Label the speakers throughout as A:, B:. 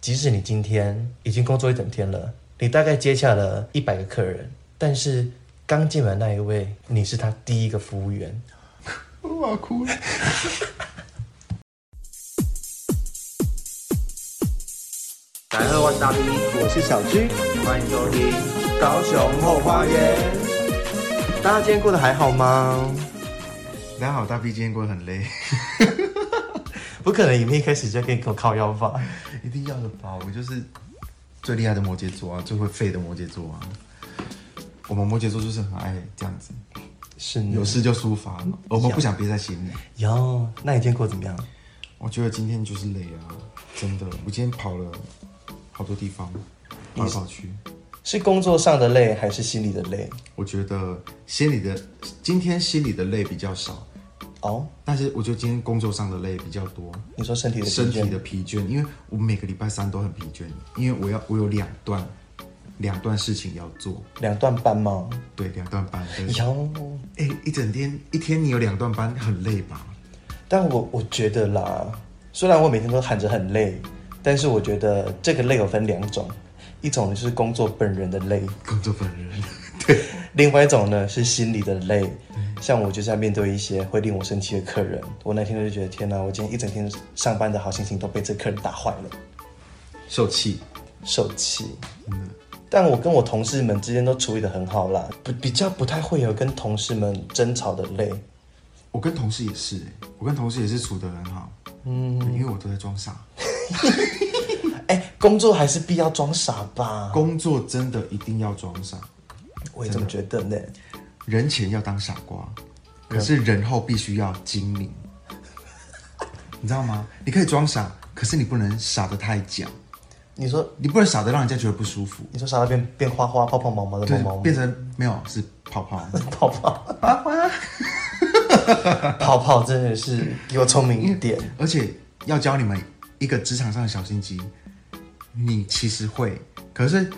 A: 即使你今天已经工作一整天了，你大概接洽了一百个客人，但是刚进来那一位，你是他第一个服务员。
B: 我要哭了。
C: 大家好，我是大 B，
B: 我是小军，
C: 欢迎收听《高雄后花园》。
A: 大家今天过得还好吗？
B: 大家好，大 B 今天过得很累，
A: 不可能影片一开始就给你给我靠腰吧？
B: 一定要的吧？我就是最厉害的摩羯座啊，最会废的摩羯座啊。我们摩羯座就是很爱这样子，
A: 是
C: 嗯
A: 呢
B: 有事就抒发嘛，我们不想憋在心里。
A: 哟，那你今天过得怎么样？
B: 我觉得今天就是累啊，真的，我今天跑了好多地方，跑来跑去。
A: 是工作上的累还是心里的累？
B: 我觉得心里的今天心里的累比较少，
A: 哦，
B: 但是我觉得今天工作上的累比较多。
A: 你说身体的疲倦
B: 身体的疲倦，因为我每个礼拜三都很疲倦，因为我要我有两段两段事情要做，
A: 两段班吗？
B: 对，两段班。对
A: 哟，
B: 哎、一整天一天你有两段班，很累吧？
A: 但我我觉得啦，虽然我每天都喊着很累，但是我觉得这个累有分两种，一种就是工作本人的累，
B: 工作本人，
A: 另外一种呢是心理的累。像我就是要面对一些会令我生气的客人，我那天就觉得天哪，我今天一整天上班的好心情都被这客人打坏了，
B: 受气，
A: 受气。
B: 真的。
A: 但我跟我同事们之间都处理得很好啦，不比较不太会有跟同事们争吵的累。
B: 我跟同事也是、哎，我跟同事也是处得很好，嗯，因为我都在装傻。
A: 哎、工作还是必要装傻吧，
B: 工作真的一定要装傻，
A: 我也这么觉得呢。
B: 人前要当傻瓜，可是人后必须要精明， 你知道吗？你可以装傻，可是你不能傻得太假，
A: 你说，
B: 你不能傻得让人家觉得不舒服，
A: 你说傻到变变花花、泡泡、毛毛的
B: 就是
A: 毛毛，
B: 变成没有是泡泡。
A: 泡泡 泡泡真的是比我聪明一 点。
B: 而且要教你们一个职场上的小心机，你其实会，可是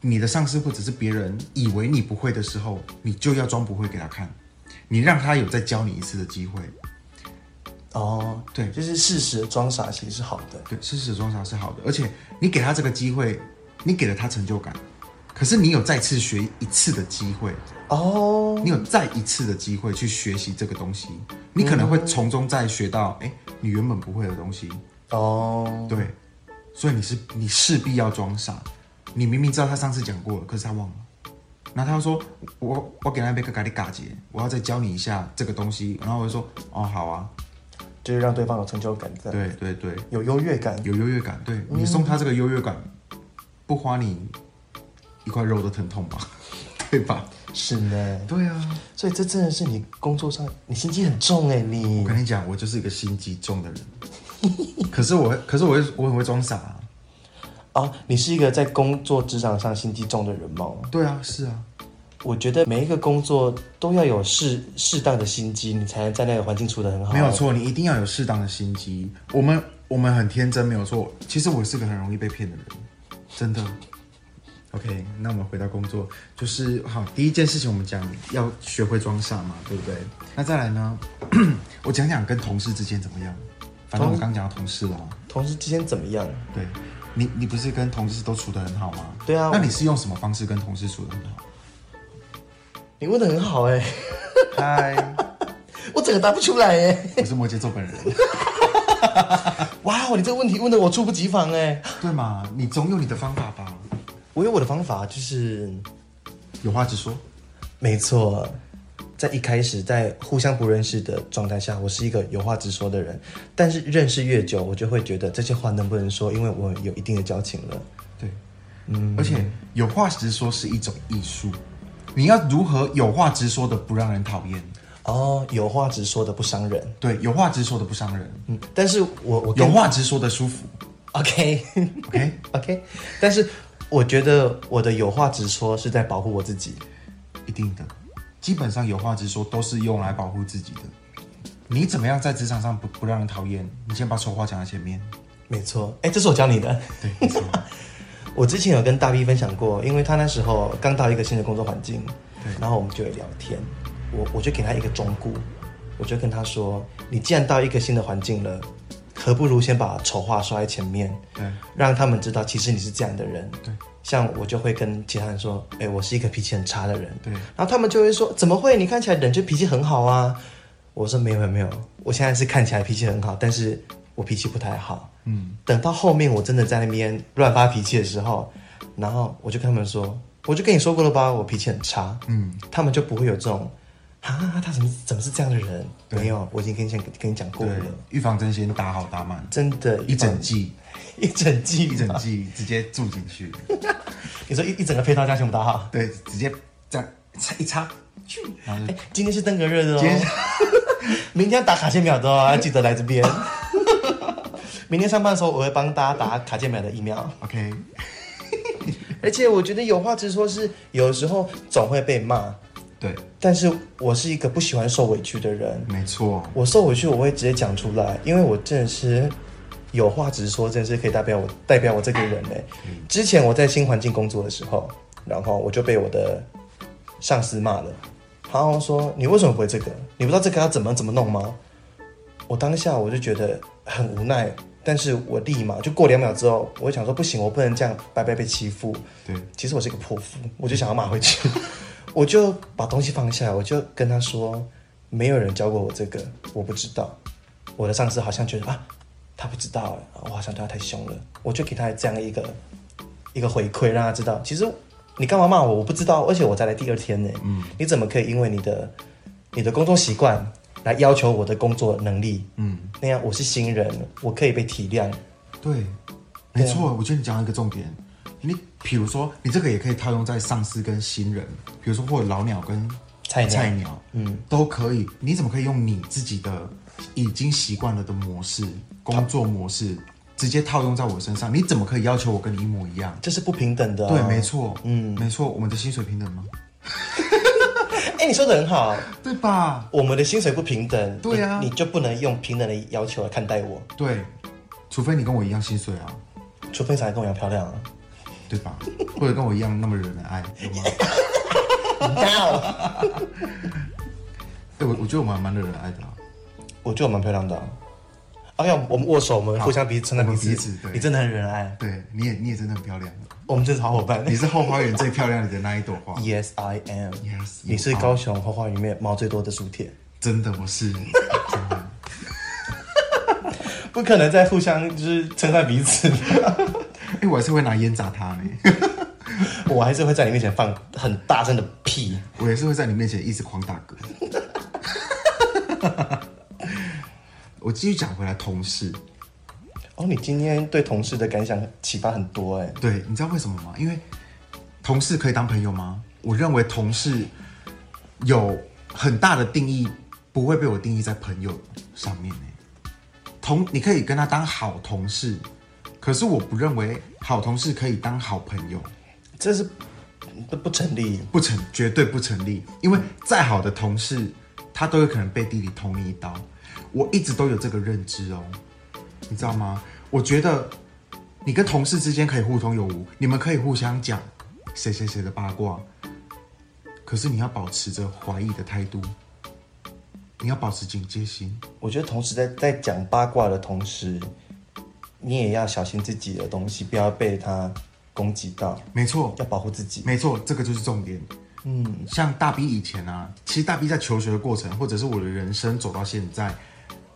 B: 你的上司或者是别人以为你不会的时候，你就要装不会给他看，你让他有再教你一次的机会。
A: 哦，
B: 对
A: 就是适时的装傻其实是好的。
B: 对，适时装傻是好的，而且你给他这个机会，你给了他成就感，可是你有再次学一次的机会，
A: 哦，
B: 你有再一次的机会去学习这个东西，你可能会从中再学到，哎、你原本不会的东西。
A: 哦，
B: 对，所以你是你势必要装傻。你明明知道他上次讲过了，可是他忘了。然后他说：“我我给他杯咖喱嘎结，我要再教你一下这个东西。”然后我就说：“哦，好啊，
A: 就是让对方有成就感在，
B: 对对对，
A: 有优越感。
B: 有优越感。对你送他这个优越感，不花你一块肉的疼痛吧？ 对吧？
A: 是呢，
B: 对啊，
A: 所以这真的是你工作上你心机很重哎，你
B: 我跟你讲，我就是一个心机重的人。 可是我，可是我会，我很会装傻、啊。
A: 哦，你是一个在工作职场上心机重的人吗？
B: 对啊，是啊，
A: 我觉得每一个工作都要有适适当的心机，你才能在那个环境处得很好。
B: 没有错，你一定要有适当的心机。我们我们很天真，没有错。其实我是个很容易被骗的人，真的。OK，那我们回到工作，就是好。第一件事情，我们讲要学会装傻嘛，对不对？那再来呢， 我讲讲跟同事之间怎么样。反正我刚讲到同事了啊，
A: 同事之间怎么样？
B: 对你，你不是跟同事都处得很好吗？
A: 对啊
B: 那你是用什么方式跟同事处得很好？
A: 你问的很好哎、
B: 嗨，
A: 我整个答不出来哎、
B: 我是摩羯座本人，
A: 哇哦，你这个问题问的我猝不及防哎、
B: 对嘛？你总有你的方法吧？
A: 我有我的方法，就是
B: 有话直说。
A: 没错，在一开始在互相不认识的状态下，我是一个有话直说的人。但是认识越久，我就会觉得这些话能不能说，因为我有一定的交情了。
B: 对，嗯，而且有话直说是一种艺术，你要如何有话直说的不让人讨厌？
A: 哦，有话直说的不伤人，
B: 对，有话直说的不伤人，
A: 嗯，但是我我跟
B: 有话直说的舒服。
A: OK
B: OK，
A: OK，但是我觉得我的有话直说是在保护我自己。
B: 一定的，基本上有话直说都是用来保护自己的。你怎么样在职场上不不让人讨厌？你先把丑话讲在前面。
A: 没错，哎，这是我教你的。
B: 对，没错。
A: 我之前有跟大 B 分享过，因为他那时候刚到一个新的工作环境，然后我们就有聊天，我我就给他一个忠告，我就跟他说，你既然到一个新的环境了，何不如先把丑话说在前面，
B: 对，
A: 让他们知道其实你是这样的人。
B: 对，
A: 像我就会跟其他人说，哎、我是一个脾气很差的人。
B: 对，
A: 然后他们就会说，怎么会？你看起来人就脾气很好啊。我说没有没有没有，我现在是看起来脾气很好，但是我脾气不太好。
B: 嗯，
A: 等到后面我真的在那边乱发脾气的时候，然后我就跟他们说，我就跟你说过了吧，我脾气很差。
B: 嗯，
A: 他们就不会有这种，啊，他怎么怎么是这样的人？
B: 对
A: 没有，我已经跟你讲跟你讲过
B: 对
A: 了，，
B: 预防针先打好打满，
A: 真的，
B: 一整季，
A: 一整 季
B: 一整季 直接住进去，
A: 你说一一整个配套家全部打好。
B: 对，直接这样插一插，咻然后就
A: 哎，今天是登革热的哦，
B: 今天
A: 明天要打卡介苗的哦，要记得来这 边。明天上班的时候，我会帮大家打卡介苗的疫苗。
B: OK，
A: 而且我觉得有话直说是，有时候总会被骂，
B: 对，
A: 但是我是一个不喜欢受委屈的人，
B: 没错，
A: 我受委屈我会直接讲出来，因为我真的是有话直说，真的是可以代表我代表我这个人嘞。之前我在新环境工作的时候，然后我就被我的上司骂了，然后说你为什么不会这个？你不知道这个要怎么怎么弄吗？我当下我就觉得很无奈，但是我立马就过两秒之后，我就想说不行，我不能这样白白被欺负。
B: 对，
A: 其实我是一个泼妇，我就想要骂回去， 我就把东西放下，我就跟他说，没有人教过我这个，我不知道。我的上司好像觉得啊，他不知道哎，我好像对他太凶了，我就给他这样一个一个回馈，让他知道，其实你干嘛骂我，我不知道，而且我才来第二天呢，嗯，你怎么可以因为你的你的工作习惯来要求我的工作能力？
B: 嗯，
A: 那样我是新人，我可以被体谅，
B: 对，啊没错，我觉得你讲到一个重点。你比如说，你这个也可以套用在上司跟新人，比如说或者老鸟跟
A: 菜鸟
B: 菜鸟，嗯，都可以。你怎么可以用你自己的已经习惯了的模式、工作模式，直接套用在我身上？你怎么可以要求我跟你一模一样？
A: 这是不平等的、
B: 对，没。错，
A: 嗯
B: 嗯，没错，我们的薪水平等吗？
A: 哎、你说的很好。
B: 对吧？
A: 我们的薪水不平等，
B: 对啊
A: 你，你就不能用平等的要求来看待我，
B: 对，除非你跟我一样薪水啊，
A: 除非长得跟我一样漂亮啊。
B: 对吧？ 或者跟我一样那么惹人爱，有吗？
A: 啊
B: 哎、我我觉得我们还蛮惹人爱的、啊。
A: 我觉得我蛮漂亮的、啊。OK，我们握手，我们互相彼此称赞
B: 我
A: 彼此，
B: 们彼此对
A: 你真的很忍爱，
B: 对，你也你也真的很漂亮，
A: 我们真是好伙伴。
B: 你是后花园最漂亮的那一朵花。
A: Yes, I am.
B: Yes，
A: 你是高雄花花里面毛最多的薯铁，
B: 真的，我是真的。
A: 不可能再互相就是称赞彼 此。
B: 哎、我还是会拿烟砸他呢，
A: 我还是会在你面前放很大声的屁。
B: 我也是会在你面前一直狂打嗝。我继续讲回来，同事，
A: 哦，你今天对同事的感想启发很多哎、
B: 对，你知道为什么吗？因为同事可以当朋友吗？我认为同事有很大的定义，不会被我定义在朋友上面呢。同你可以跟他当好同事，可是我不认为好同事可以当好朋友，
A: 这是不不成立。
B: 不成，绝对不成立。因为再好的同事，他都有可能背地里捅你一刀。我一直都有这个认知哦，你知道吗？我觉得你跟同事之间可以互通有无，你们可以互相讲谁谁谁的八卦，可是你要保持着怀疑的态度，你要保持警戒心。
A: 我觉得同时在在讲八卦的同时，你也要小心自己的东西，不要被他攻击到，
B: 没错，
A: 要保护自己。
B: 没错，这个就是重点。嗯，像大 B 以前啊，其实大 B 在求学的过程，或者是我的人生走到现在，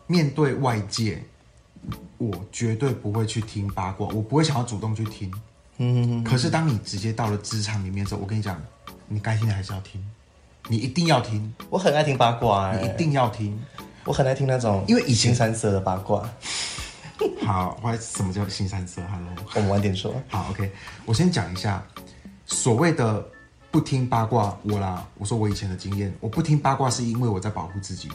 B: 面对外界，我绝对不会去听八卦，我不会想要主动去听。嗯可是当你直接到了职场里面之后，我跟你讲，你该听的还是要听，你一定要听，
A: 我很爱听八卦、
B: 你一
A: 欸，
B: 定要听。
A: 我很爱听那种
B: 因为以前
A: 新三色的八卦。
B: 好，我还什么叫新三色？Hello。
A: 我们晚点说。
B: 好，OK，我先讲一下所谓的不听八卦，我啦，我说我以前的经验，我不听八卦是因为我在保护自己，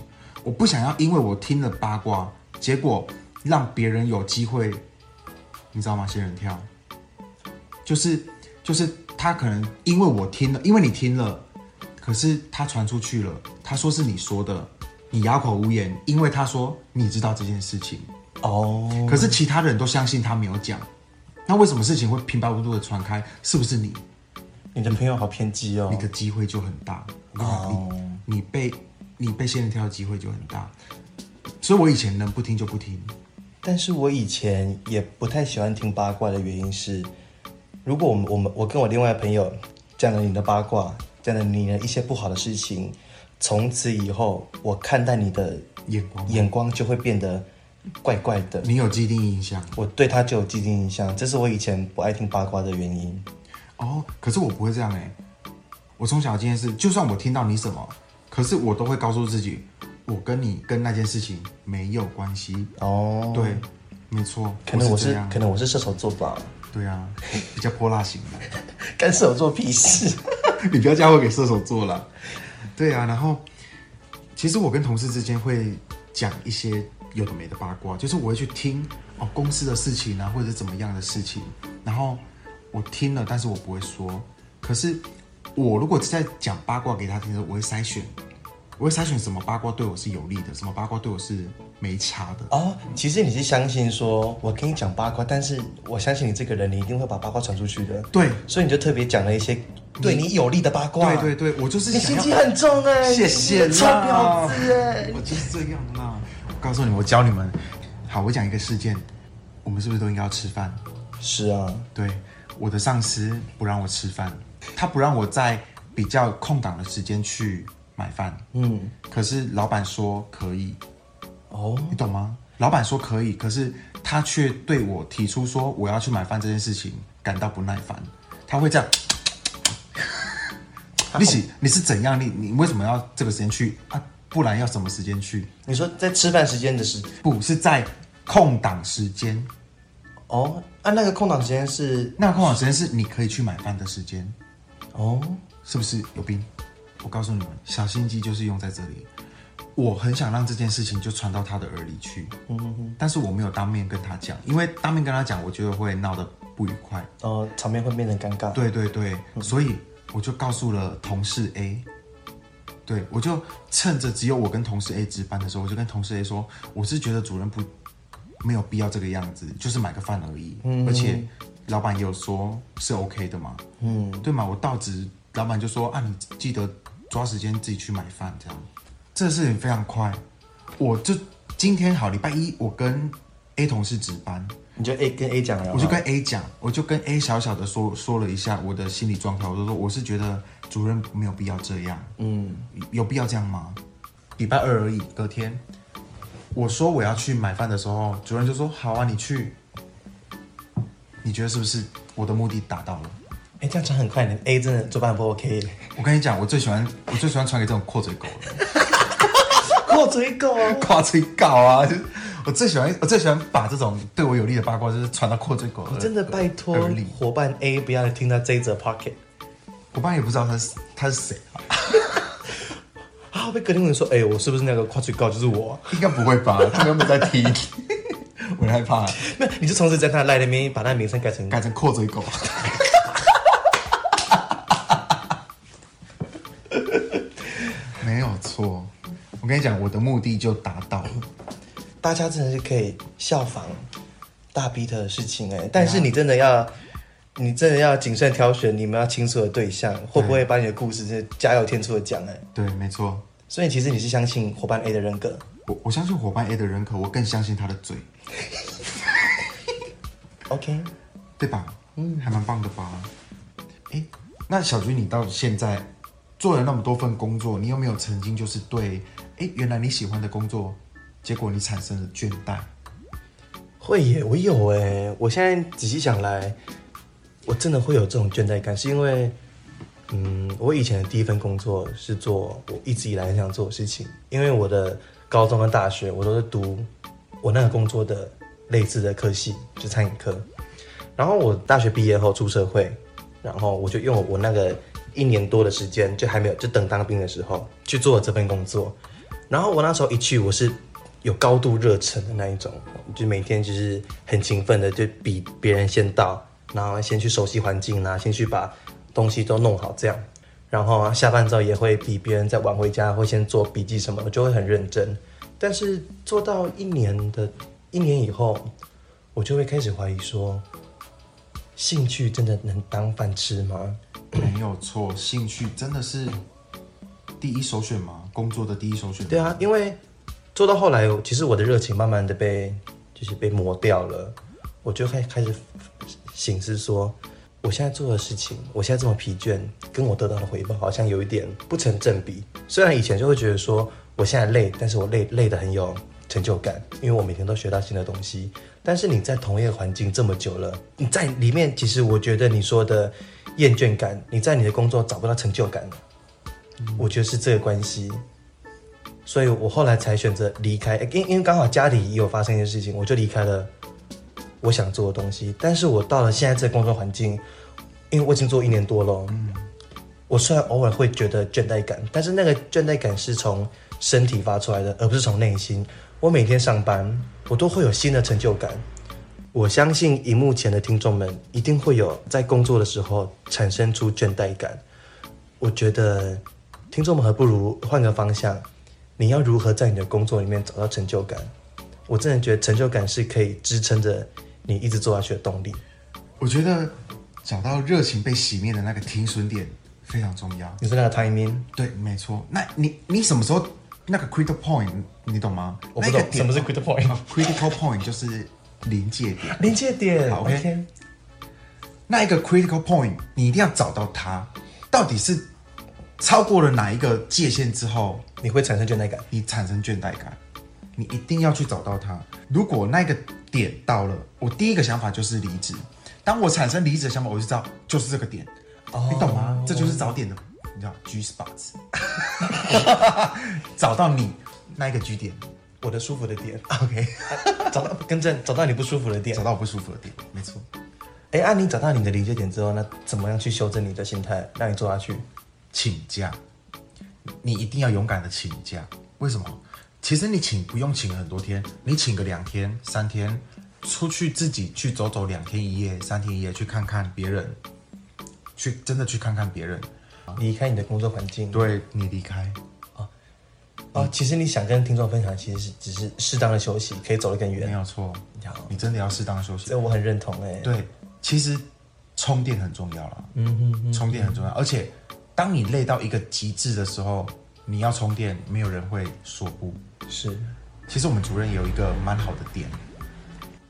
B: 我不想要因为我听了八卦，结果让别人有机会，你知道吗？仙人跳，就是就是他可能因为我听了，因为你听了，可是他传出去了，他说是你说的，你哑口无言，因为他说你知道这件事情，
A: 哦，
B: 可是其他人都相信他没有讲，那为什么事情会平白无故的传开？是不是你？
A: 你的朋友好偏激哦
B: 你。的机会就很大。我跟你讲
A: 哦
B: 你你被你被仙人跳的机会就很大。所以我以前能不听就不听，
A: 但是我以前也不太喜欢听八卦的原因是，如果我们我们我跟我另外的朋友讲了你的八卦，讲了你的一些不好的事情，从此以后我看待你的
B: 眼光
A: 眼光就会变得怪怪的，
B: 你有既定印象
A: 我对他就有既定印象，这是我以前不爱听八卦的原因。
B: 哦，可是我不会这样哎、我从小经验是，就算我听到你什么，可是我都会告诉自己，我跟你跟那件事情没有关系。
A: 哦，，
B: 对，没错，
A: 可能我
B: 我
A: 是
B: 这样
A: 可能我是射手座吧，
B: 对啊，比较泼辣型的，
A: 干射手座屁 事。
B: 你不要嫁祸给射手座了。对啊，然后其实我跟同事之间会讲一些有的没的八卦，就是我会去听哦公司的事情啊，或者怎么样的事情，然后我听了，但是我不会说。可是我如果在讲八卦给他听的时候，我会筛选，我会筛选什么八卦对我是有利的，什么八卦对我是没差的。
A: 哦，其实你是相信说，我跟你讲八卦，但是我相信你这个人，你一定会把八卦传出去的。
B: 对
A: 所以你就特别讲了一些对你有利的八卦。
B: 对对对，我就是
A: 你
B: 想
A: 心
B: 要
A: 机很重哎、
B: 谢谢
A: 你
B: 啦
A: 是个臭婊子哎、
B: 我就是这样啦。我告诉你们，我教你们。好，我讲一个事件，我们是不是都应该要吃饭？
A: 是啊，
B: 对，我的上司不让我吃饭，他不让我在比较空档的时间去买饭。
A: 嗯，
B: 可是老板说可以，
A: 哦，
B: 你懂吗？老板说可以，可是他却对我提出说我要去买饭这件事情感到不耐烦，他会这样。你是你是怎样？你你为什么要这个时间去啊？不然要什么时间去？
A: 你说在吃饭时间的时，
B: 不是在空档时间。
A: 哦，啊，那个空档时间是，
B: 那空档时间是你可以去买饭的时间，
A: 哦，
B: 是不是有病？我告诉你们，小心机就是用在这里。我很想让这件事情就传到他的耳里去，但是我没有当面跟他讲，因为当面跟他讲，我觉得会闹得不愉快。
A: 哦，场面会变得尴尬。，
B: 对对对，所以我就告诉了同事 A。对，我就趁着只有我跟同事 A 值班的时候，我就跟同事 A 说，我是觉得主任不没有必要这个样子，就是买个饭而已，而且老板也有说是 OK 的嘛，嗯，对嘛，我到职，老板就说啊，你记得抓时间自己去买饭，这样，这个事情非常快，我就今天好，礼拜一我跟 A 同事值班，
A: 你就 A 跟 A 讲了，
B: 我就跟 A 讲，我就跟 A 小小的说说了一下我的心理状态，我就说我是觉得主任没有必要这样，嗯，有必要这样吗？礼拜二而已，隔天，我说我要去买饭的时候，主任就说好啊，你去。你觉得是不是我的目的达到了？
A: 哎、这样讲很快，你 A 真的做饭不 OK，
B: 我跟你讲，我最喜欢我最喜欢传给这种阔嘴狗 了，
A: 我嘴 狗。
B: 阔嘴狗啊！就是我最喜欢我最喜欢把这种对我有利的八卦，就是传到阔嘴狗耳。
A: 哦真的拜托
B: 耳里，
A: 伙伴 A 不要听到这一则 pocket
B: 我爸也不知道他是他是谁啊，
A: 啊！被隔天有人说，哎、我是不是那个跨最高就是我、啊？
B: 应该不会吧？他们有没有在听？ 我很害怕，
A: 那你就从此在他的赖那边把他的名称改成
B: 改成阔嘴狗。 没有错，我跟你讲，我的目的就达到了。
A: 大家真的是可以效仿大 B 特的事情
B: 啊
A: 哎、但是你真的要，你真的要谨慎挑选你们要倾诉的对象，会不会把你的故事真的加油添醋的讲哎、
B: 对，没错，
A: 所以其实你是相信伙伴 A 的人格，
B: 我我相信伙伴 A 的人格，我更相信他的嘴，
A: OK？
B: 对吧？嗯，还蛮棒的吧？哎，那小菊，你到现在做了那么多份工作，你有没有曾经就是对，哎，原来你喜欢的工作，结果你产生了倦怠？
A: 会耶，我有哎，我现在仔细想来，我真的会有这种倦怠感，是因为，嗯，我以前的第一份工作是做我一直以来很想做的事情，因为我的高中跟大学我都是读我那个工作的类似的科系，就是餐饮科。然后我大学毕业后出社会，然后我就用我那个一年多的时间，就还没有就等当兵的时候去做了这份工作。然后我那时候一去，我是有高度热忱的那一种，就每天就是很勤奋的，就比别人先到，然后先去熟悉环境啊，先去把东西都弄好这样。然后下班之后也会比别人再晚回家，会先做笔记什么，我就会很认真。但是做到一年的一年以后，我就会开始怀疑说，兴趣真的能当饭吃吗？
B: 没有错，兴趣真的是第一首选吗？工作的第一首选？
A: 对，啊，因为做到后来，其实我的热情慢慢的被就是被磨掉了，我就开开始醒思说，我现在做的事情，我现在这么疲倦，跟我得到的回报好像有一点不成正比。虽然以前就会觉得说我现在累，但是我累累得很有成就感，因为我每天都学到新的东西。但是你在同一个环境这么久了，你在里面，其实我觉得你说的厌倦感，你在你的工作找不到成就感，我觉得是这个关系。所以我后来才选择离开，诶因因为刚好家里也有发生一些事情，我就离开了我想做的东西。但是我到了现在这个工作环境，因为我已经做一年多了，我虽然偶尔会觉得倦怠感，但是那个倦怠感是从身体发出来的，而不是从内心。我每天上班，我都会有新的成就感。我相信荧幕前的听众们一定会有在工作的时候产生出倦怠感。我觉得听众们何不如换个方向，你要如何在你的工作里面找到成就感？我真的觉得成就感是可以支撑着你一直做下去的动力。
B: 我觉得找到热情被熄灭的那个停损点非常重要。
A: 你说那个 timing，
B: 对，没错。那你你什么时候那个 critical point 你懂吗？
A: 我不懂
B: 那个点
A: 什么是 critical point
B: 啊 critical point 就是临界点。
A: 临界点
B: 好，OK 那一个 critical point，你一定要找到它，到底是超过了哪一个界限之后，
A: 你会产生倦怠感。
B: 你产生倦怠感，你一定要去找到它。如果那个点到了，我第一个想法就是离职。当我产生离职的想法，我就知道就是这个点，你懂吗？这就是找点的，你知道 G spots，找到你那一个 G 点，
A: 我的舒服的点啊 ，OK，找到跟正找到你不舒服的点
B: 找。到我不舒服的点，没错。
A: 哎，按、啊、你找到你的临界点之后，那怎么样去修正你的心态，让你做下去？
B: 请假，你一定要勇敢的请假。为什么？其实你请不用请很多天，你请个两天、三天，出去自己去走走两天一夜、三天一夜，去看看别人，去真的去看看别人。
A: 离开你的工作环境。
B: 对你离开，
A: 哦，其实你想跟听众分享，其实是只是适当的休息，可以走得更
B: 没
A: 远。
B: 有错
A: 好，
B: 你真的要适当地休息
A: 这。我很认同哎、
B: 对，其实充电很重要啦。嗯哼充电很重要，而且当你累到一个极致的时候，你要充电，没有人会说不。
A: 是
B: 其实我们主任有一个蛮好的点，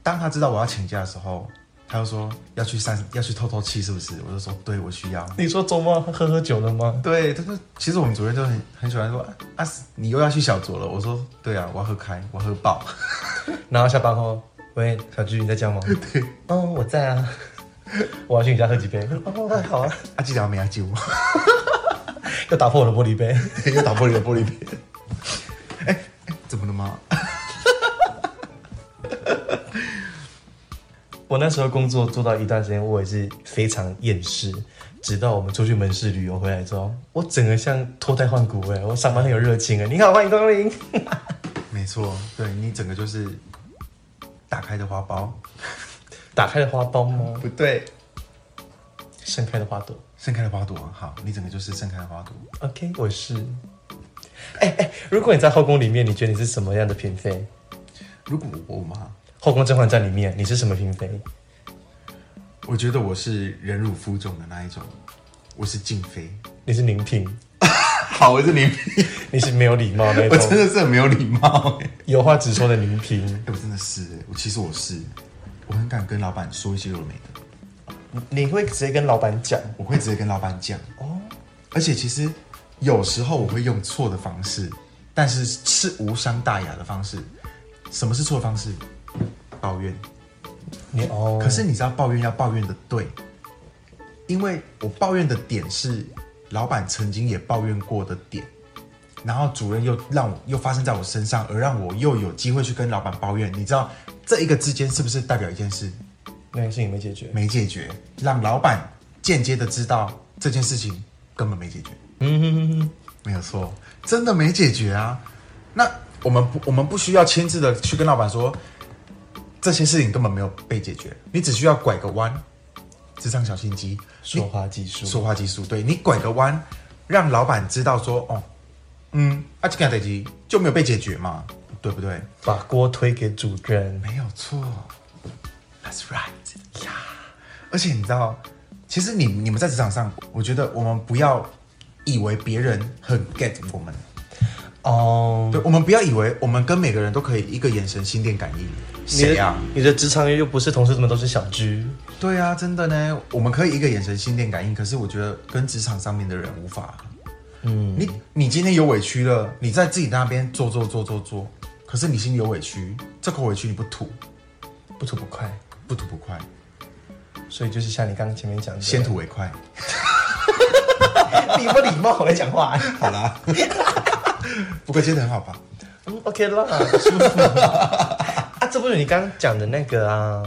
B: 当他知道我要请假的时候，他就说要去散，要去透透气，是不是？我就说对，我需要。
A: 你说周末喝喝酒了吗？
B: 对，他说其实我们主任就很很喜欢说啊，你又要去小酌了。我说对啊，我要喝开，我要喝爆。
A: 然后下班后，喂，小菊你在家吗？对，哦，我在啊， 我要去你家喝几杯。哦，好啊，
B: 啊，记得要没要救我，
A: 又打破我的玻璃杯。
B: 又打破你的玻璃杯。 哎、哎怎么了吗？
A: 我那时候工作做到一段时间，我也是非常厌世。直到我们出去门市旅游回来之后，我整个像脱胎换骨哎、我上班很有热情哎、你好，欢迎光临。
B: 没错，对你整个就是打开的花苞，
A: 打开的花苞吗？
B: 不对，
A: 盛开的花朵。
B: 盛开的花朵。好，你整个就是盛开的花朵。
A: OK，我是。哎、哎、如果你在后宫里面，你觉得你是什么样的嫔妃？
B: 如果我妈，
A: 后宫甄嬛传里面，你是什么嫔妃？
B: 我觉得我是忍辱负重的那一种，我是静妃。
A: 你是宁嫔，
B: 好，我是 林，
A: 你是没有礼貌那
B: 我
A: 种，
B: 真的是很没有礼貌哎、
A: 有话直说的宁嫔。
B: 我真的是哎、我其实我是，我很敢跟老板说一些有的没的，
A: 你会直接跟老板讲
B: 我会直接跟老板讲哦。而且其实有时候我会用错的方式，但是是无伤大雅的方式。什么是错的方式？抱怨。
A: 你哦，
B: 可是你知道抱怨要抱怨的对，因为我抱怨的点是老板曾经也抱怨过的点，然后主任又让我又发生在我身上，而让我又有机会去跟老板抱怨。你知道这一个之间是不是代表一件事
A: 那件事情没解决。
B: 没解决，让老板间接的知道这件事情根本没解决。
A: 嗯哼哼哼，
B: 没有错，真的没解决啊。那我们不，我们不需要亲自的去跟老板说这些事情根本没有被解决，你只需要拐个弯，智商小心机，
A: 说话技术。
B: 说话技术，对你拐个弯，让老板知道说，哦，嗯，啊，这个代志就没有被解决嘛，对不对？
A: 把锅推给主任，
B: 没有错，That's right 呀。而且你知道，其实你你们在职场上，我觉得我们不要以为别人很 get 我们，
A: 哦，
B: 对，我们不要以为我们跟每个人都可以一个眼神心电感应，
A: 你
B: 谁
A: 的、
B: 啊？
A: 你的职场又不是同事们都是小居，
B: 对啊，真的呢，我们可以一个眼神心电感应，可是我觉得跟职场上面的人无法。嗯，你你今天有委屈了，你在自己那边做做做做做，可是你心里有委屈，这口委屈你不吐，
A: 不吐不快。
B: 不吐不快，
A: 所以就是像你刚刚前面讲的，
B: 先吐 为快。
A: 礼不礼貌，我在讲话。
B: 好啦，不过真的很好吧？
A: 嗯，OK 啦，舒 服啊。这不是你刚刚讲的那个啊，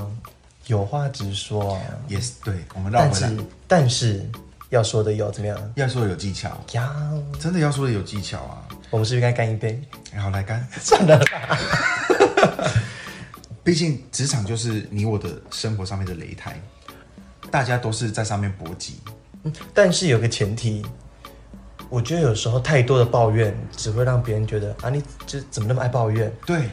A: 有话直说啊。
B: 也是对，我们绕
A: 但
B: 回来
A: 是，但是要说的有怎么样
B: 要说有技巧，
A: 呀？
B: 真的要说的有技巧啊。
A: 我们是不是应该干一杯？
B: 然后来干，
A: 算了啦，
B: 毕竟职场就是你我的生活上面的擂台，大家都是在上面搏击。
A: 嗯但是有个前提，我觉得有时候太多的抱怨只会让别人觉得啊，你这怎么那么爱抱怨？
B: 对，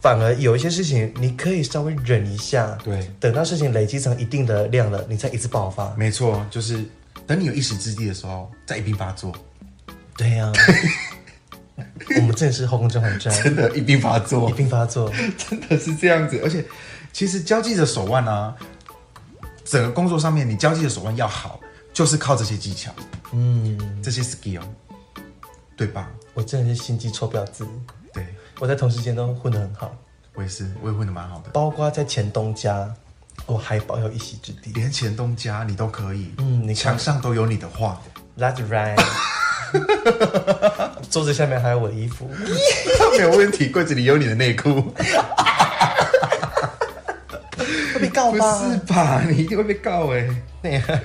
A: 反而有一些事情你可以稍微忍一下，
B: 对
A: 等到事情累积成一定的量了，你再一次爆发。
B: 没错，就是等你有一时之地的时候，再一并发作，
A: 对呀、 我们 真的是后宫甄嬛传，
B: 真的，一并发
A: 一
B: 作，
A: 并发作。
B: 真的是这样子。而且，其实交际的手腕啊，整个工作上面，你交际的手腕要好，就是靠这些技巧，
A: 嗯，
B: 这些 skill，对吧？
A: 我真的是心机臭婊子，
B: 对，
A: 我在同事间都混得很好，
B: 我也是，我也混得蛮好的，
A: 包括在前东家，我还保有一席之地。
B: 连前东家你都可以，
A: 嗯你看
B: 墙上都有你的画。
A: That's right 。桌子下面还有我的衣服，
B: 没有问题，柜子里有你的内裤。
A: 会被告
B: 不
A: 吧？
B: 是吧？你一定会被告哎、
A: 对啊呀、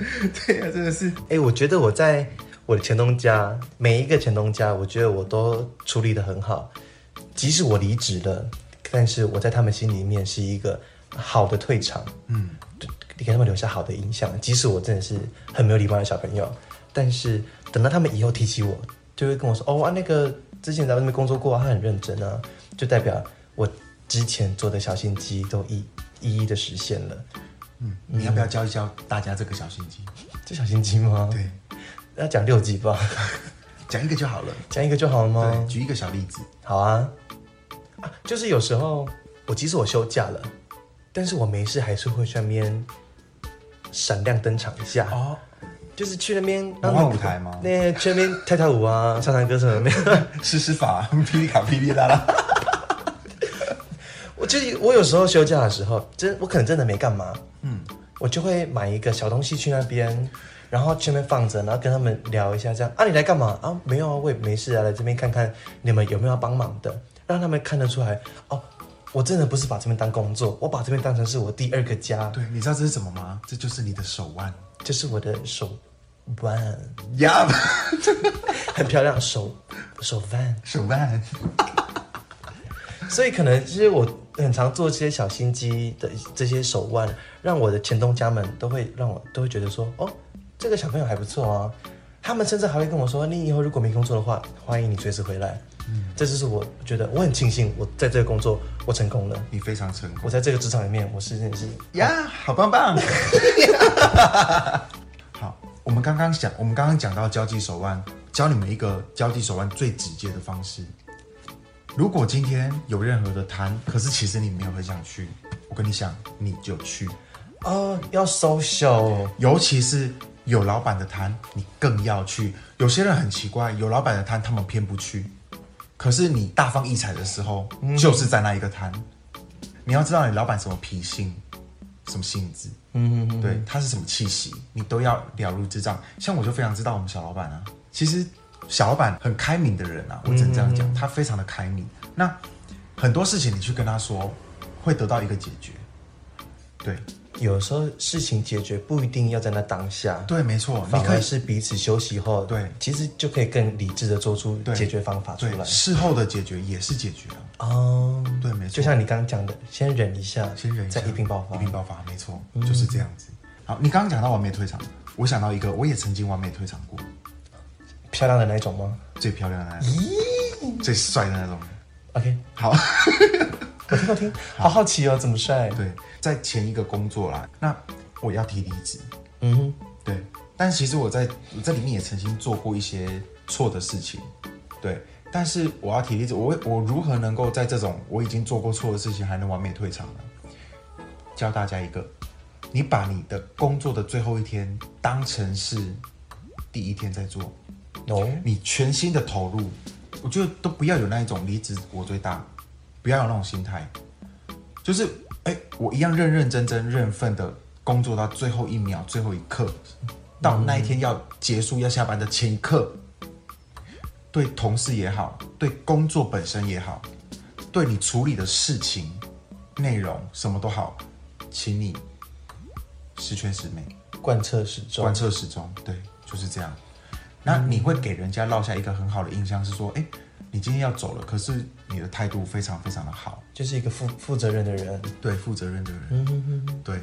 B: 对呀、真的是。
A: 哎、我觉得我在我的前东家，每一个前东家，我觉得我都处理得很好。即使我离职了，但是我在他们心里面是一个好的退场，嗯，给他们留下好的印象。即使我真的是很没有礼貌的小朋友，但是等到他们以后提起我，就会跟我说：“哦啊，那个之前咱们那边工作过、啊，他很认真啊。”就代表我之前做的小心机都一一一的实现了。
B: 嗯，你要不要教一教大家这个小心机？
A: 这小心机吗？
B: 对，
A: 要讲六级吧。
B: 讲一个就好了。
A: 讲一个就好了
B: 对，
A: 吗？
B: 举一个小例子。
A: 好啊，啊，就是有时候我即使我休假了，但是我没事还是会去那边闪亮登场一下，
B: 哦，
A: 就是去那边
B: 魔幻舞台吗
A: 那去那边跳跳舞啊，唱唱歌什么的。
B: 试试法， 噼里卡噼里啦啦。
A: 我就是我有时候休假的时候，真我可能真的没干嘛，嗯，我就会买一个小东西去那边。然后去那边放着，然后跟他们聊一下，这样啊，你来干嘛啊？没有啊，我也没事啊，来这边看看你们有没有要帮忙的，让他们看得出来哦，我真的不是把这边当工作，我把这边当成是我第二个家，
B: 对，你知道这是什么吗？这就是你的手腕。
A: 这是我的手腕，
B: 呀、
A: 很漂亮，手手腕。
B: 手腕。
A: 所以可能就是我很常做这些小心机的这些手腕，让我的前东家们都会让我都会觉得说，哦，这个小朋友还不错啊。他们甚至还会跟我说，你以后如果没工作的话，欢迎你随时回来。嗯，这就是我觉得我很庆幸，我在这个工作我成功了，
B: 你非常成功
A: 我在这个职场里面我是真的是
B: 呀好棒棒！ 好，我们刚刚讲，我们刚刚讲到交际手腕，教你们一个交际手腕最直接的方式。如果今天有任何的摊，可是其实你没有很想去，我跟你讲，你就去。
A: 哦，要 social，
B: 尤其是有老板的摊，你更要去。有些人很奇怪，有老板的摊他们偏不去，可是你大放异彩的时候，就是在那一个摊。你要知道你老板什么脾性，什么性质，嗯对，他是什么气息，你都要了如指掌。像我就非常知道我们小老板啊，其实小老板很开明的人啊，我只能这样讲，他非常的开明。那很多事情你去跟他说，会得到一个解决。对
A: 有时候事情解决不一定要在那当下，
B: 对，没错，你
A: 反
B: 可以
A: 而是彼此休息后，
B: 对
A: 其实就可以更理智的做出
B: 对
A: 解决方法出
B: 对，
A: 来。
B: 事后的解决也是解决啊。
A: 哦，
B: 对，没错，
A: 就像你刚刚讲的，先忍一下，
B: 先忍一下，
A: 再一并爆发嗯
B: 一。并爆发，没错，就是这样子。好，你刚刚讲到完美退场，我想到一个，我也曾经完美退场过，
A: 漂亮的那一种吗
B: 最漂亮的那种，最帅的那种。
A: ？OK，
B: 好，
A: 我听我听，好好奇哦，怎么帅？，
B: 对，在前一个工作啦，那我要提离职，
A: 嗯哼，
B: 对，但其实我在我在里面也曾经做过一些错的事情，对。但是我要提例子，我会我如何能够在这种我已经做过错的事情还能完美退场呢？教大家一个，你把你的工作的最后一天当成是第一天在做，
A: 哦，
B: 你全心的投入，我觉得都不要有那一种离职我最大，不要有那种心态，就是哎、我一样认认真真、认份的工作到最后一秒、最后一刻，到那一天要结束、要下班的前一刻，对同事也好，对工作本身也好，对你处理的事情、内容什么都好，请你十全十美。
A: 贯彻始终，
B: 贯彻始终，对，就是这样。那你会给人家落下一个很好的印象，是说，哎、你今天要走了，可是你的态度非常非常的好，
A: 就是一个负负责任的人。
B: 对，负责任的人，
A: 嗯哼哼哼，
B: 对。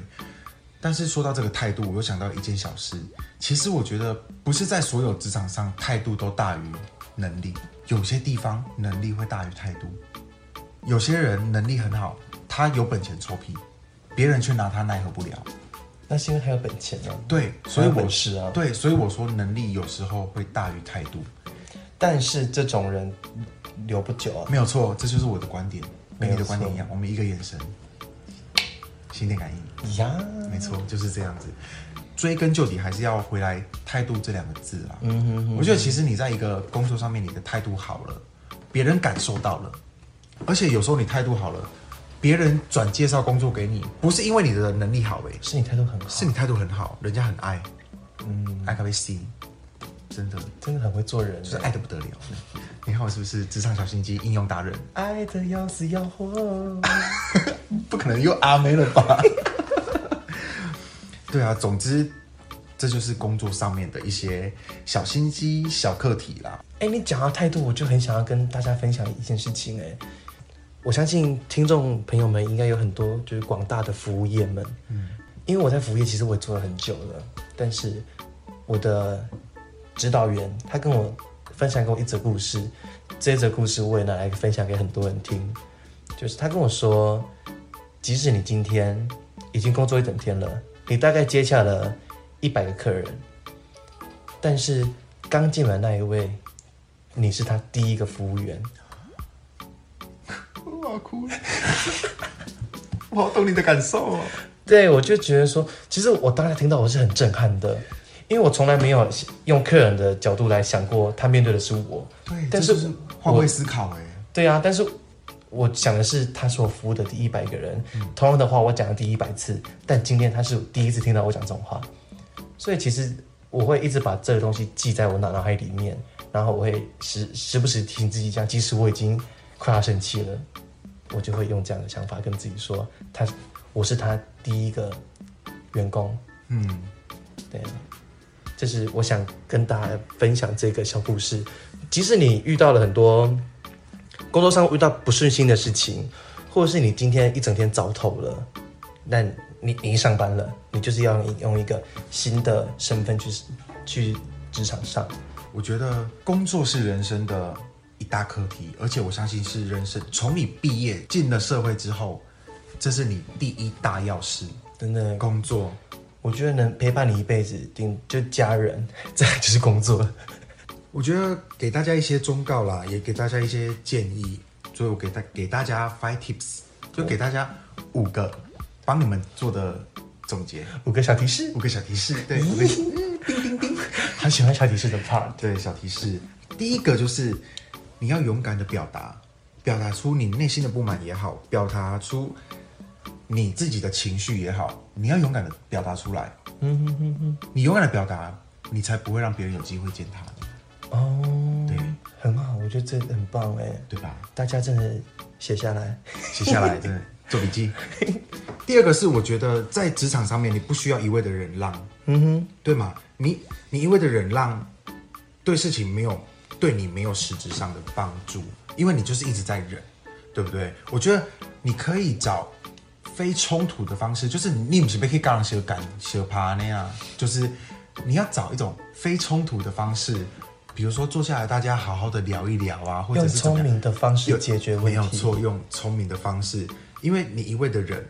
B: 但是说到这个态度，我又想到一件小事，其实我觉得不是在所有职场上态度都大于能力，有些地方能力会大于态度，有些人能力很好，他有本钱臭屁，别人却拿他奈何不了。
A: 那是因为他有本钱啊。
B: 对，所
A: 他
B: 以
A: 有
B: 我
A: 本事啊
B: 对，所以我说能力有时候会大于态度。
A: 但是这种人留不久啊。
B: 没有错，这就是我的观点，跟你的观点一样
A: 没有，
B: 我们一个眼神，心电感应，
A: 呀，
B: 没错，就是这样子。追根究底，还是要回来态度这两个字啊。
A: 嗯哼哼
B: 我觉得其实你在一个工作上面，你的态度好了，别人感受到了，而且有时候你态度好了，别人转介绍工作给你，不是因为你的能力好诶、欸
A: 是你态度很好，
B: 是你态度很好，人家很爱，
A: 嗯，
B: 爱咖啡 C，真的就
A: 真的很会做人欸，
B: 是爱的不得了。你看我是不是职场小心机应用达人？
A: 爱的要死要活。
B: 不可能又阿妹了吧？ 对啊，总之这就是工作上面的一些小心机、小课题啦。
A: 哎、你讲到态度，我就很想要跟大家分享一件事情、哎，我相信听众朋友们应该有很多就是广大的服务业们，嗯，因为我在服务业其实我也做了很久了，但是我的指导员他跟我分享给我一则故事，这一则故事我也拿来分享给很多人听，就是他跟我说，即使你今天已经工作一整天了，你大概接下了一百个客人，但是刚进来那一位。你是他第一个服务员，
B: 我好哭了， 我好懂你的感受哦。
A: 对我就觉得说，其实我当时听到我是很震撼的，因为我从来没有用客人的角度来想过他面对的是我，
B: 对，
A: 但是
B: 这就是
A: 我
B: 换位思考哎、
A: 对啊，但是我想的是他是我服务的第一百个人，同样的话我讲了第一百次，但今天他是第一次听到我讲这种话，所以其实我会一直把这个东西记在我脑脑海里面，然后我会时时不时提醒自己这样，即使我已经快要生气了，我就会用这样的想法跟自己说，他我是他第一个员工，
B: 嗯，
A: 对，这是我想跟大家分享这个小故事。即使你遇到了很多工作上遇到不顺心的事情，或者是你今天一整天早透了，那你你一上班了，你就是要用用一个新的身份去去职场上。
B: 我觉得工作是人生的一大课题，而且我相信是人生从你毕业进了社会之后，这是你第一大要事。
A: 真的，
B: 工作
A: 我觉得能陪伴你一辈子，顶就家人， 再来就是工作。
B: 我觉得给大家一些忠告啦，也给大家一些建议，所以我给大给大家 five tips，就给大家五个帮你们做的总结，
A: 五个小提示
B: 五，个小提示，对，五个
A: 好喜欢小提示的 part。
B: 对小提示。第一个就是你要勇敢的表达，表达出你内心的不满也好，表达出你自己的情绪也好，你要勇敢的表达出来。
A: 嗯哼哼哼，
B: 你勇敢的表达，你才不会让别人有机会践踏你，
A: 哦，
B: 对，
A: 很好，我觉得这很棒哎。
B: 对吧？
A: 大家真的写下来，
B: 写下来，真的做笔记。第二个是，我觉得在职场上面，你不需要一味的忍让，
A: 嗯哼，
B: 对吗？你你一味的忍让，对事情没有对你没有实质上的帮助，因为你就是一直在忍，对不对？我觉得你可以找非冲突的方式，就是你不是被可以干蛇干蛇爬那样，就是你要找一种非冲突的方式，比如说坐下来大家好好的聊一聊啊，或 者
A: 用
B: 是怎么
A: 聪
B: 样。
A: 明的方式解决问
B: 没有
A: 题，
B: 错，用聪明的方式，因为你一味的忍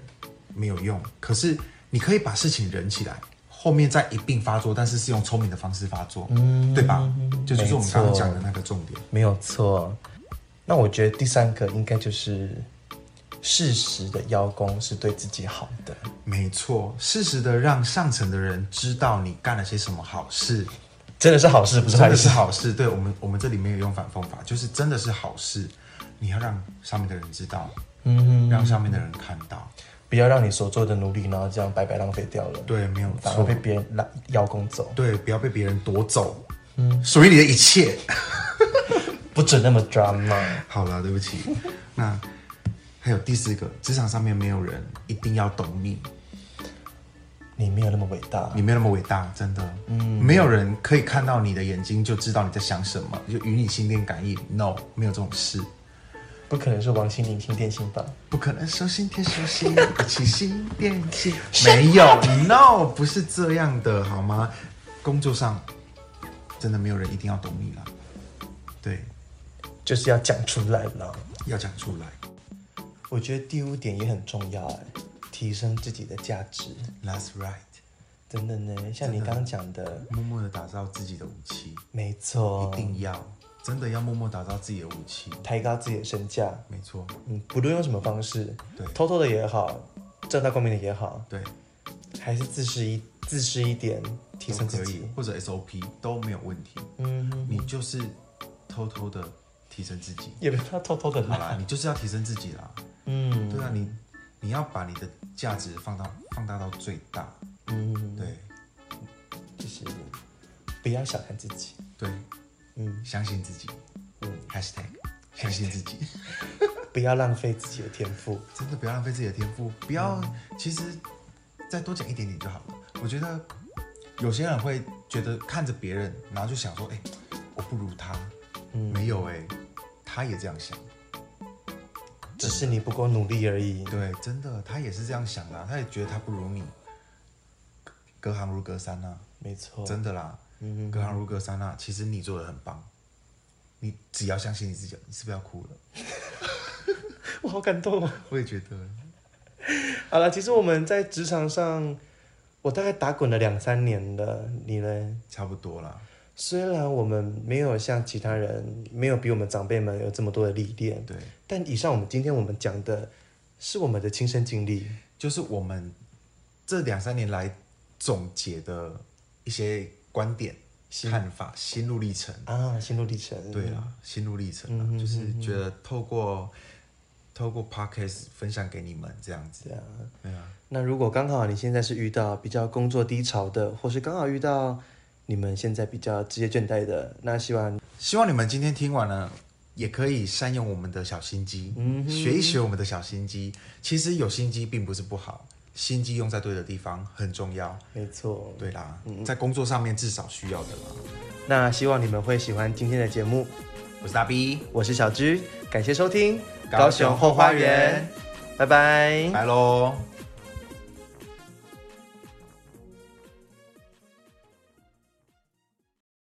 B: 没有用，可是你可以把事情忍起来，后面再一并发作，但是是用聪明的方式发作，对吧？这就是我们刚刚讲的那个重点。
A: 没有错。那我觉得第三个应该就是适时的邀功是对自己好的。
B: 没错，适时的让上层的人知道你干了些什么好事，
A: 真的是好事，不是
B: 真
A: 坏
B: 的是
A: 事。
B: 好事。对我们，我们这里没有用反讽法，就是真的是好事，你要让上面的人知道，嗯，让上面的人看到。
A: 不要让你所做的努力，然后这样白白浪费掉了。，
B: 对，没有
A: 反而
B: 错
A: 被。别人拉邀功走，
B: 对，不要被别人夺走，嗯，属于你的一切。
A: 不准那么 drama。
B: 好了，对不起。那还有第四个，职场上面没有人一定要懂你，
A: 你没有那么伟大，
B: 你没有那么伟大，真的。嗯，没有人可以看到你的眼睛就知道你在想什么，就与你心电感应。No，没有这种事，
A: 不可能是王心凌听电信吧？
B: 不可能。手心贴手心，一起心电 心。没有，No，不是这样的，好吗？工作上真的没有人一定要懂你啦。对，
A: 就是要讲出来啦。
B: 要讲出来。
A: 我觉得第五点也很重要哎，提升自己的价值。
B: That's right，
A: 等等呢，像你刚刚讲的，
B: 默默的打造自己的武器，
A: 没错
B: 一，定要，真的要默默打造自己的武器。
A: 抬高自己的身价，
B: 没错，
A: 嗯，不论用什么方式
B: 对，
A: 偷偷的也好，正大光明的也好，
B: 对，
A: 还是自私一自私一点，提
B: 都
A: 升自
B: 可以
A: 己。，
B: 或者 SOP 都没有问题。
A: 嗯，
B: 你就是偷偷的提升自己，
A: 也不要偷偷的
B: 好
A: 啦。
B: 啦，你就是要提升自己啦。
A: 嗯，
B: 对啊，你你要把你的价值放到放大到最大。
A: 嗯，
B: 对
A: 就是不要小看自己。
B: 对，
A: 嗯，
B: 相信自己。嗯，#hashtag 相信自己，
A: 不要浪费自己的天赋。
B: 真的不要浪费自己的天赋，不要，
A: 嗯
B: 其实再多讲一点点就好了。我觉得有些人会觉得看着别人，然后就想说，哎、我不如他。
A: 嗯
B: 没有哎、他也这样想。
A: 只是你不够努力而已。
B: 对，真的，他也是这样想的啊、他也觉得他不如你，隔行如隔山啊，
A: 没错，
B: 真的
A: 哦
B: 啦，
A: 嗯
B: 隔行如隔山啊，其实你做的很棒，你只要相信你自己，你是不是要哭了？
A: 我好感动哦。
B: 我也觉得，
A: 好了，其实我们在职场上，我大概打滚了两三年了。你呢？
B: 差不多啦，
A: 虽然我们没有像其他人，没有比我们长辈们有这么多的历练，
B: 对，
A: 但以上我们今天我们讲的是我们的亲身经历。
B: 就是我们这两三年来总结的一些观点、看法、心路历程。
A: 啊，心路历程。
B: 对啦，心路历程啦，
A: 嗯
B: 就是觉得透过透过 podcast 分享给你们这样子，
A: 对啊。
B: 对啊，
A: 那如果刚好你现在是遇到比较工作低潮的，或是刚好遇到你们现在比较职业倦怠的，那希望
B: 希望你们今天听完了，也可以善用我们的小心机，
A: 嗯
B: 学一学我们的小心机。其实有心机并不是不好，心机用在对的地方很重要。
A: 没错。
B: 对啦，
A: 嗯
B: 在工作上面至少需要的啦。
A: 那希望你们会喜欢今天的节目，
B: 我是大 B，
A: 我是小芝，感谢收听
B: 高雄后花园，
A: 拜拜。
B: 拜喽。